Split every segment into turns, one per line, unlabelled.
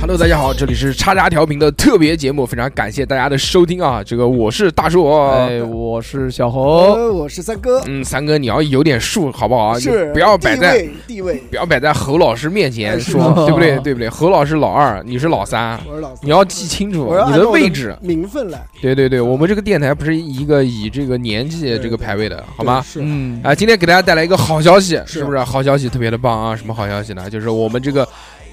Hello，大家好，这里是叉叉调频的特别节目，非常感谢大家的收听啊！这个我是大叔哦，
哎，我是小侯，
呃，我是三哥，
嗯，三哥你要有点数好不好啊？
是
你不要摆在
地位地位，
不要摆在侯老师面前
哎是
说，
吗
对不对？对不对？侯老师老二，你是老三，
我是老四，
你要记清楚
我要按
你
照
的
我
位置。
名分来，
对对对，我们这个电台不是一个以这个年纪这个排位的，好吗
对？是
嗯，
啊，今天给大家带来一个好消息，
是
是不是？好消息特别的棒啊！什么好消息呢？就是我们这个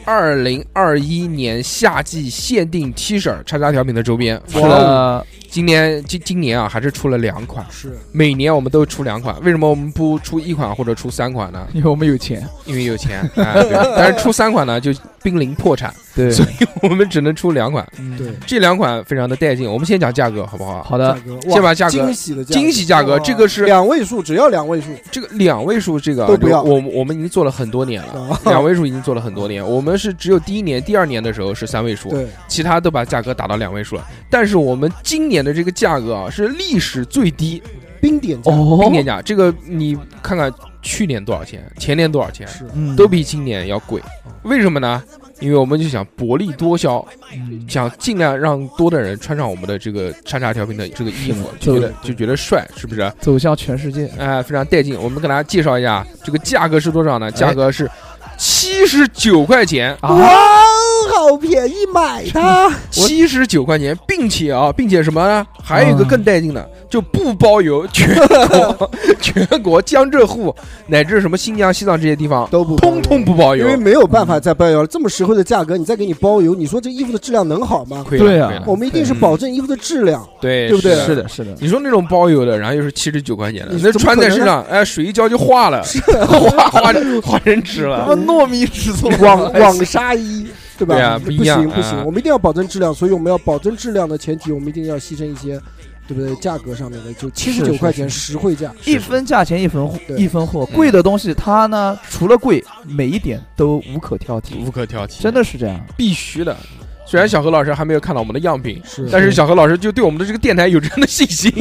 二零二一年夏季限定 T 恤叉叉调频的周边，
是
出了
的，
今年今今年啊，还是出了两款。
是
每年我们都出两款，为什么我们不出一款或者出三款呢？
因为我们有钱，
因为有钱，啊，对但是出三款呢就濒临破产，
对
所以我们只能出两款。
嗯
对，
这两款非常的带劲，我们先讲价格好不好？
好
价
的，
格，
先
哇
把价格
惊喜的
惊喜价格，
哇
这个是
两位数，只要两位数
这个两位数，这个啊
都不要
我我们已经做了很多年了。
啊，
两位数已经做了很多年，我们是只有第一年、第二年的时候是三位数，
对，
其他都把价格打到两位数了。但是我们今年的这个价格啊，是历史最低，
冰点价
哦
今年价这个你看看去年多少钱，前年多少钱，
是
嗯哦
都比今年要贵。为什么呢？因为我们就想薄利多销，
嗯
想尽量让多的人穿上我们的这个叉叉调频的这个衣服，就觉
是的
得就觉得帅，是不是？
走向全世界，
哎，非常带劲。我们给大家介绍一下，这个价格是多少呢？
哎
价格是七十九块钱，
哇
啊，
哦，好便宜，买它，
七十九块钱，并且啊，并且什么呢？还有一个
嗯
更带劲
啊
的，就不包邮，全国全国江浙沪乃至什么新疆、西藏这些地方，
都不
通通不包
因
邮
为，没有办法再包邮了，这么实惠的价格，你再给你包邮，你说这衣服的质量能好吗？
亏了
对啊
亏了
我们一定是
嗯
保证衣服的质量，
对
对不对
是
是
的。
的，是的，
你说那种包邮的，然后又是七十九块钱的，
你
那
怎么
穿
可
在
能
身
呢
上，哎，水一浇就化了，化化化成纸
啊
了。
糯米制作
网网纱衣，对吧？
对啊不
不
一样
行不
啊
行，我们一定要保证质量，所以我们要保证质量的前提，我们一定要牺牲一些，对不对？价格上面的，就七
是
十
是
九块钱
是
实惠价，
一分价钱一分货，
对
一分货，
嗯
贵的东西它呢，除了贵，每一点都无可挑剔，
无可挑剔，
真的是这样，
必须的。虽然小何老师还没有看到我们的样品，
是
但是小何老师就对我们的这个电台有这样的信心，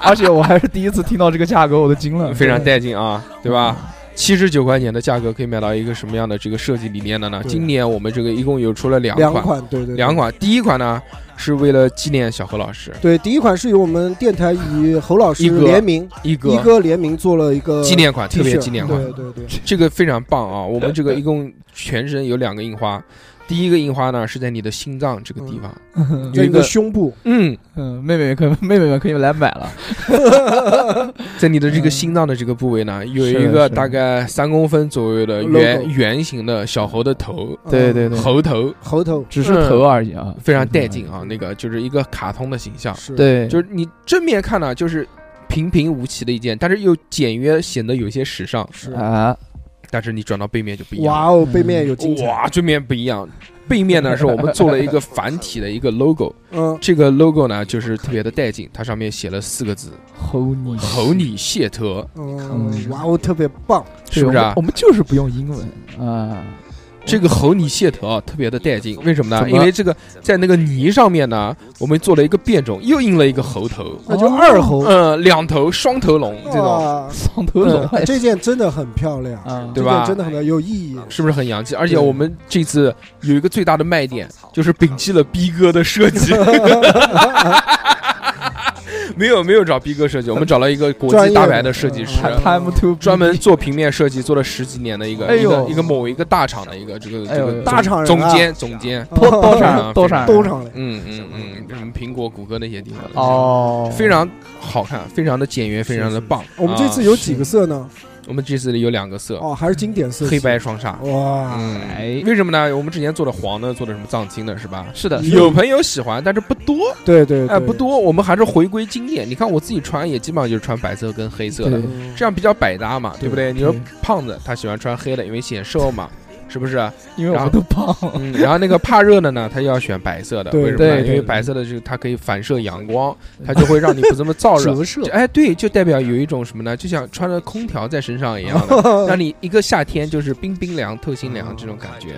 而且我还是第一次听到这个价格，我都惊了，
非常带劲啊，对吧？七十九块钱的价格可以买到一个什么样的这个设计理念的呢？
对
今年我们这个一共有出了两
两
款，
款，对对，对
两。款。第一款呢是为了纪念小何老师，
对，第一款是由我们电台与侯老师
一哥
联名，
一
一
哥
哥联名做了一个
纪念款，
T
特别
恤
纪念款，
对对对，
这个非常棒啊！我们这个一共全身有两个印花，第一个印花呢是在你的心脏这个地方，
嗯
有
在
一
你的
个
胸部，
嗯，
嗯，妹妹们可以妹妹们可以来买了，
在你的这个心脏的这个部位呢，有
是
一
的
个
是的
大概三公分左右的
Logo
圆圆形的小猴的头，
嗯
对对对，
猴头
猴头
只是头而已啊，
非常带劲啊！
嗯
那个就是一个卡通的形象，
是，
对，
就是你正面看呢，就是平平无奇的一件，但是又简约，显得有些时尚。
是，
啊，
但是你转到背面就不一样
哇
了，
哦，背面有精彩，
哇，正面不一样。背面呢是我们做了一个繁体的一个 logo，
嗯，
这个 logo 呢就是特别的带劲，它上面写了四个字
吼
“
你
吼你谢特
嗯，哇哦，特别棒，”，
是不是啊
我？们就是不用英文 啊，
这个“吼你谢特”啊特别的带劲，为什么呢？
怎么
因为这个在那个泥上面呢，我们做了一个变种，又印了一个猴头，
那就二猴
嗯，两头双头龙 这种，
哇
双头龙
哎这件真的很漂亮，
啊，
对
这
吧
件真的很有意义，
是不是很洋气？而且
对
我们这次有一个最大的卖点，就是摒弃了逼哥的设 计。没有没有找逼哥设计，我们找了一个国际大牌的设计师嗯
专，业的
Time to be
专门做平面设计做了十几年的一个
哎
一
呦
个一个某一个大厂的一个这个
哎
这
呦
个
大厂人
总
啊
监总监，
多多
啊非
少
常
多少
都啊上来，
嗯嗯嗯，什么苹果、谷歌那些地方的，
哦，
非常好看，非常的简约，非常的棒。
我们这次
啊
有几个色呢？
我们这次有两个色，
哦，还是经典色系，
黑白双煞。
哇，
嗯，
哎，
为什么呢？我们之前做的黄的，做的什么藏青的，是吧？
是的，是的
有朋友喜欢，但是不多，
对对，
哎，
对
不，多。我们还是回归经典。你看我自己穿也基本上就是穿白色跟黑色的，
对
嗯
这样比较百搭嘛，对不对？
对
你说胖子他喜欢穿黑的，因为显瘦 嘛，是不是？
因为
然
我
后
都胖，
嗯。然后那个怕热的呢，他又要选白色的，
对
为什么呢？
对
因为白色的就是它可以反射阳光，它就会让你不这么 燥 热。
折射
就哎，对，就代表有一种什么呢？就像穿着空调在身上一样 的，让你一个夏天就是冰冰凉、透心凉这种感觉，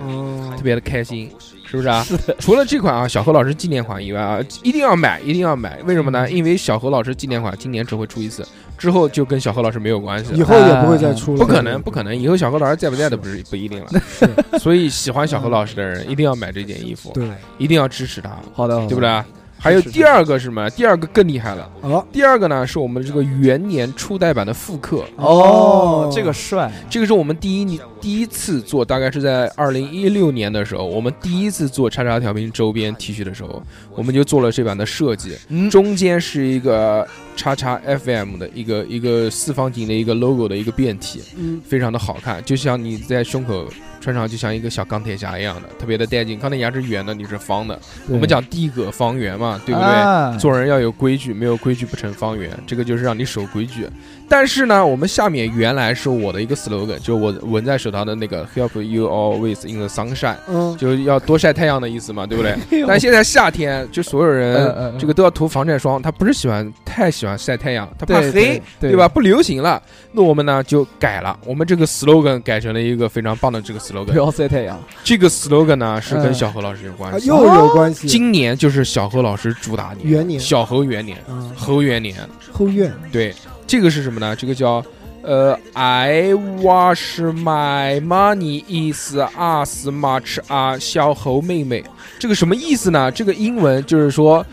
哦
特别的开心。是不是啊？除了这款啊小何老师纪念款以外啊，一定要买，一定要买。为什么
嗯
呢？因为小何老师纪念款今年只会出一次，之后就跟小何老师没有关系
以
了。
后也不会再出了，
不可能，不可能！以后小何老师在不在都不是不一定了。
是，
所以喜欢小何老师的人一定要买这件衣服，
对，
一定要支持他，
嗯
好的，好的
对不？啊对？还有第二个是什么？第二个更厉害了。
好，
第二个呢，是我们这个元年初代版的复刻，
哦，这个帅，
这个是我们第一第一次做，大概是在二零一六年的时候，我们第一次做叉叉调频周边 T 恤的时候，我们就做了这版的设计，
嗯，
中间是一个叉叉 FM 的一个一个四方形的一个 logo 的一个变体，
嗯，
非常的好看，就像你在胸口穿上，就像一个小钢铁侠一样的，特别的带劲。钢铁侠是圆的，你是方的，我们讲地格方圆嘛，对不对？
啊
做人要有规矩，没有规矩不成方圆，
嗯
这个就是让你守规矩。但是呢，我们下面原来是我的一个 slogan，就是我纹在手上的那个 “Help you always in the sunshine”，
嗯，
就是要多晒太阳的意思嘛，对不 对？但现在夏天，就所有
嗯
人
嗯嗯
这个都要涂防晒霜，他不是喜欢太喜欢晒太阳，他怕黑
对对，
对吧？？不流行了，那我们呢就改了，我们这个 slogan 改成了一个非常棒的这个
不
slogan。
要晒太阳，
这个 slogan 呢是跟
嗯
小何老师有关
啊
系，
又有关系，
今年就是小何老师主打年，
元年
小何元年，
嗯，
猴元年。
后院，
对，这个是什么呢？这个叫呃，I wash my money is as much as 小猴妹妹。这个什么意思呢？这个英文就是说。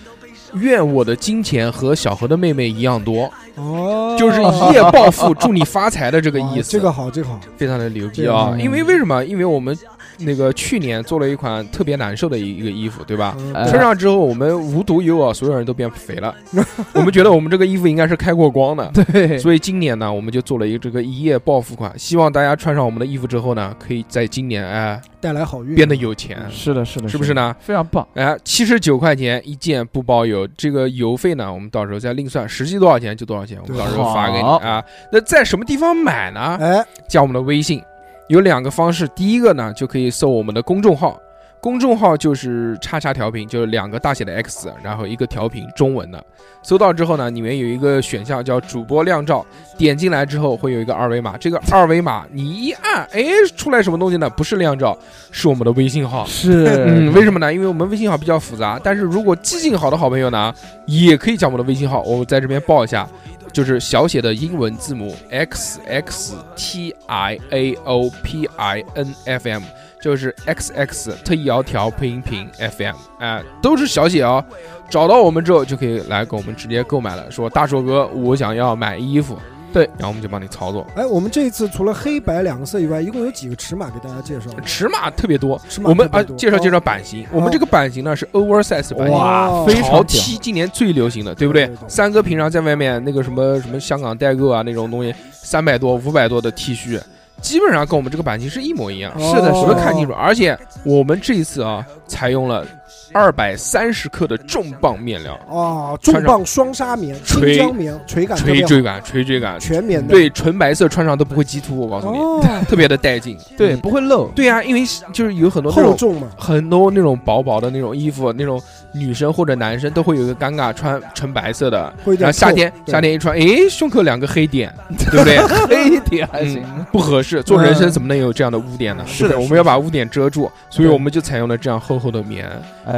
愿我的金钱和小猴的妹妹一样多，
哦，
就是一夜暴富，祝你发财的这个意思。
这个好，这个好，
非常的牛逼啊！
嗯
因为为什么？因为我们那个去年做了一款特别难受的一一个衣服，对吧？
嗯
哎
穿上之后，我们无独有偶，所有人都变肥了。 我们觉得我们这个衣服应该是开过光的，
对，
所以今年呢，我们就做了一个这个一夜暴富款。希望大家穿上我们的衣服之后呢，可以在今年哎
带来好运，
变得有钱，
是的，是的，
是不是？呢？
非常棒，
哎，七十九块钱一件不包邮，这个邮费呢，我们到时候再另算，实际多少钱就多少钱，我们
对
到时候发给你
好
啊。那在什么地方买呢？
哎，
加我们的微信，有两个方式。第一个呢，就可以搜我们的公众号，公众号就是叉叉调频，就是两个大写的 X，然后一个调频，中文的。搜到之后呢，里面有一个选项叫主播亮照，点进来之后会有一个二维码，这个二维码你一按，哎，出来什么东西呢？不是亮照，是我们的微信号。
是，
嗯，为什么呢？因为我们微信号比较复杂，但是如果记性好的好朋友呢，也可以加我们的微信号，我在这边报一下，就是小写的英文字母 x x t i a o p i n f m，就是 x x 特意窈窕配音频 f m，哎、都是小写哦。找到我们之后就可以来跟我们直接购买了，说大硕哥，我想要买衣服，
对，
然后我们就帮你操作。
哎，我们这一次除了黑白两个色以外，一共有几个尺码给大家介绍？
尺码特别多，
尺码
我们
特
啊
别多
介绍介绍，版型，我们这个版型呢是 oversize 版型。
哇，
哦
非
潮
常屌，
T 今年最流行的，对不对
对对？对
三哥平常在外面那个什么什么香港代购啊那种东西，三百多、五百多的 T 恤，基本上跟我们这个版型是一模一样。
哦
是的
我
是
们
的
看清楚，而且我们这一次啊，采用了二百三十克的重磅面料，
哦，重磅双纱棉、
垂
清江棉，垂感特
垂
别好
坠感、垂坠感，
全棉的，
对，纯白色穿上都不会激突，我告诉你，
哦，
特别的带劲。
对，
嗯，
不会漏，
对啊，因为就是有很多那
厚
种。
重嘛，
很多那种薄薄的那种衣服，那种女生或者男生都会有一个尴尬，穿纯白色的，
会有
然
点
后夏
皱
天
对
夏天一穿，诶，胸口两个黑点，对不对？
黑一点还行，
嗯不合适，做人生
嗯
怎么能有这样的污点呢？
是的
对不对
是的
我们要把污点遮住，所以
对
我们就采用了这样厚厚的棉，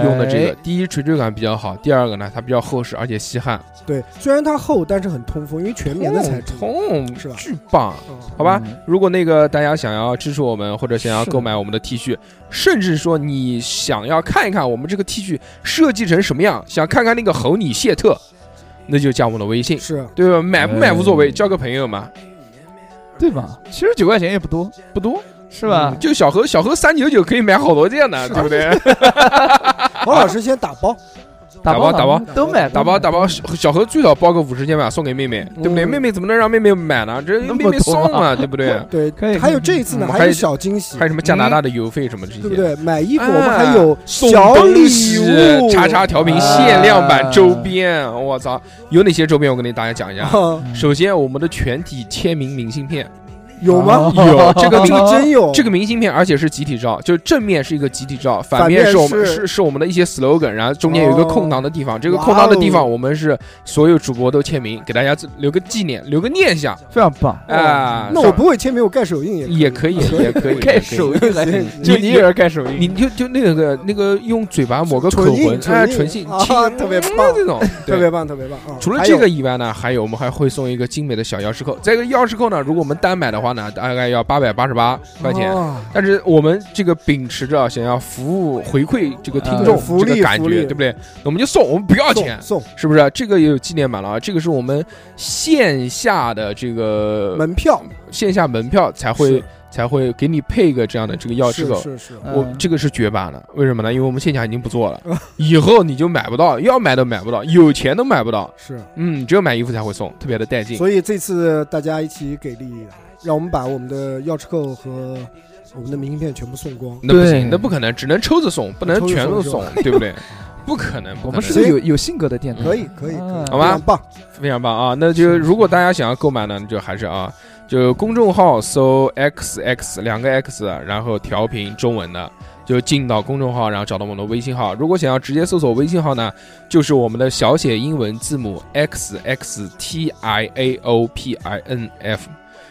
用的这个
哎，
第一垂坠感比较好，第二个呢它比较厚实而且吸汗，
对，虽然它厚，但是很通风，因为全棉的材质。
痛
是吧
巨棒。
嗯
好吧
嗯，
如果那个大家想要支持我们，或者想要
是的
购买我们的 T 恤，甚至说你想要看一看我们这个 T 恤设计成什么样，想看看那个猴你谢特，那就加我们的微信，
是
对吧？买不买无所谓，
嗯
交个朋友嘛，
对吧？七十九块钱也不多，嗯
不多，
是吧？
就小何，小何三九九可以买好多件呢，
是
对
啊
不 对？
王老师先打包，
啊打包
包
打包
都买，
打包打包，小小何最少包个五十件吧，送给妹妹，对不对？
嗯
妹妹怎么能让妹妹买呢？这
那么
妹妹
多
送
啊
啊，对不 对？
对，
可以
还有这一次呢，
嗯
还有小惊喜
还，有什么加拿大的邮费什么这些，
嗯对不对？买衣服
哎
我们还有
送
小
东
礼
西
物，啊
叉叉调频限量版周边，我
嗯
操，有哪些周边？我跟你大家讲一下。
啊
首先，我们的全体签名明信片，
有
啊
吗？
有这 个
这
明
个真有，
这个明信片，而且是集体照，就是正面是一个集体照，反
反面
是我们
是哦
是是我们的一些 slogan，然后中间有一个空档的地方，这个空档的地方我们是所有主播都签名，给大家留个纪念，留个念想
非常棒。
啊。
哦那我不会签名，我盖手印
也
也
可以，
可以啊
也可以，
盖
也可以
手印还
行
就你一人盖手印，
你就就那个那个用嘴巴抹个口
唇印
红，
唇
哎，
印
唇印，
啊
亲
特别棒
嗯这 种，
特
对
别棒，特别棒啊！
除了
还
这
有
个以外呢，还有我们还会送一个精美的小钥匙扣。这个钥匙扣呢，如果我们单买的话呢，大概要八百八十八块钱。
哦
但是我们这个秉持着想要服务回馈这个听
呃
众、
福利
这个感
福
觉，
利
对不对？我们就送，我们不要钱，
送送
是不是？这个也有纪念版了啊！这个是我们线下的这个
门票
线下门票才
是
会才会给你配一个这样的这个钥匙
是
扣。
是是，
嗯
我这个是绝版的，为什么呢？因为我们线下已经不做 了，以后你就买不到，要买都买不到，有钱都买不到。
是，
嗯，只有买衣服才会送，特别的带劲。
所以这次大家一起给力，让我们把我们的钥匙扣和我们的明信片全部送光。
那不
对
行，那不可能，只能抽着送，不能全部送，对不对？ 不可能，不
我
可
们
能
是，个有有性格的电台，
可以可以，可以
嗯
啊好吧
非常棒，
非常棒啊！那就如果大家想要购买呢，就还是啊，就公众号搜 x x 两个 x，然啊后调频中文的。就进到公众号，然后找到我们的微信号。如果想要直接搜索微信号呢，就是我们的小写英文字母 x x t i a o p i n f，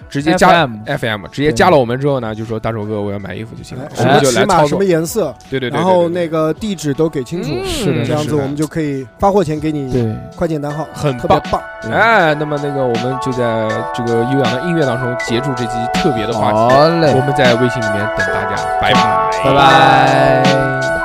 直接加
FM
FM，直接加了我们之后呢，就说大手哥我要买衣服就行了我
哎，什
们
么
就来
尺码
操
什
作
么。颜色，
对对对，
然后
对
那个地址都给清楚，
嗯
是的
这样
是
子
的
我们就可以发货前给你
对，
快简单号，
很
特别
棒。
棒。
对
哎，那么那个我们就在这个悠扬的音乐当中结束这期特别的话题，
好嘞
我，们在微信里面等大家，拜拜，
拜拜。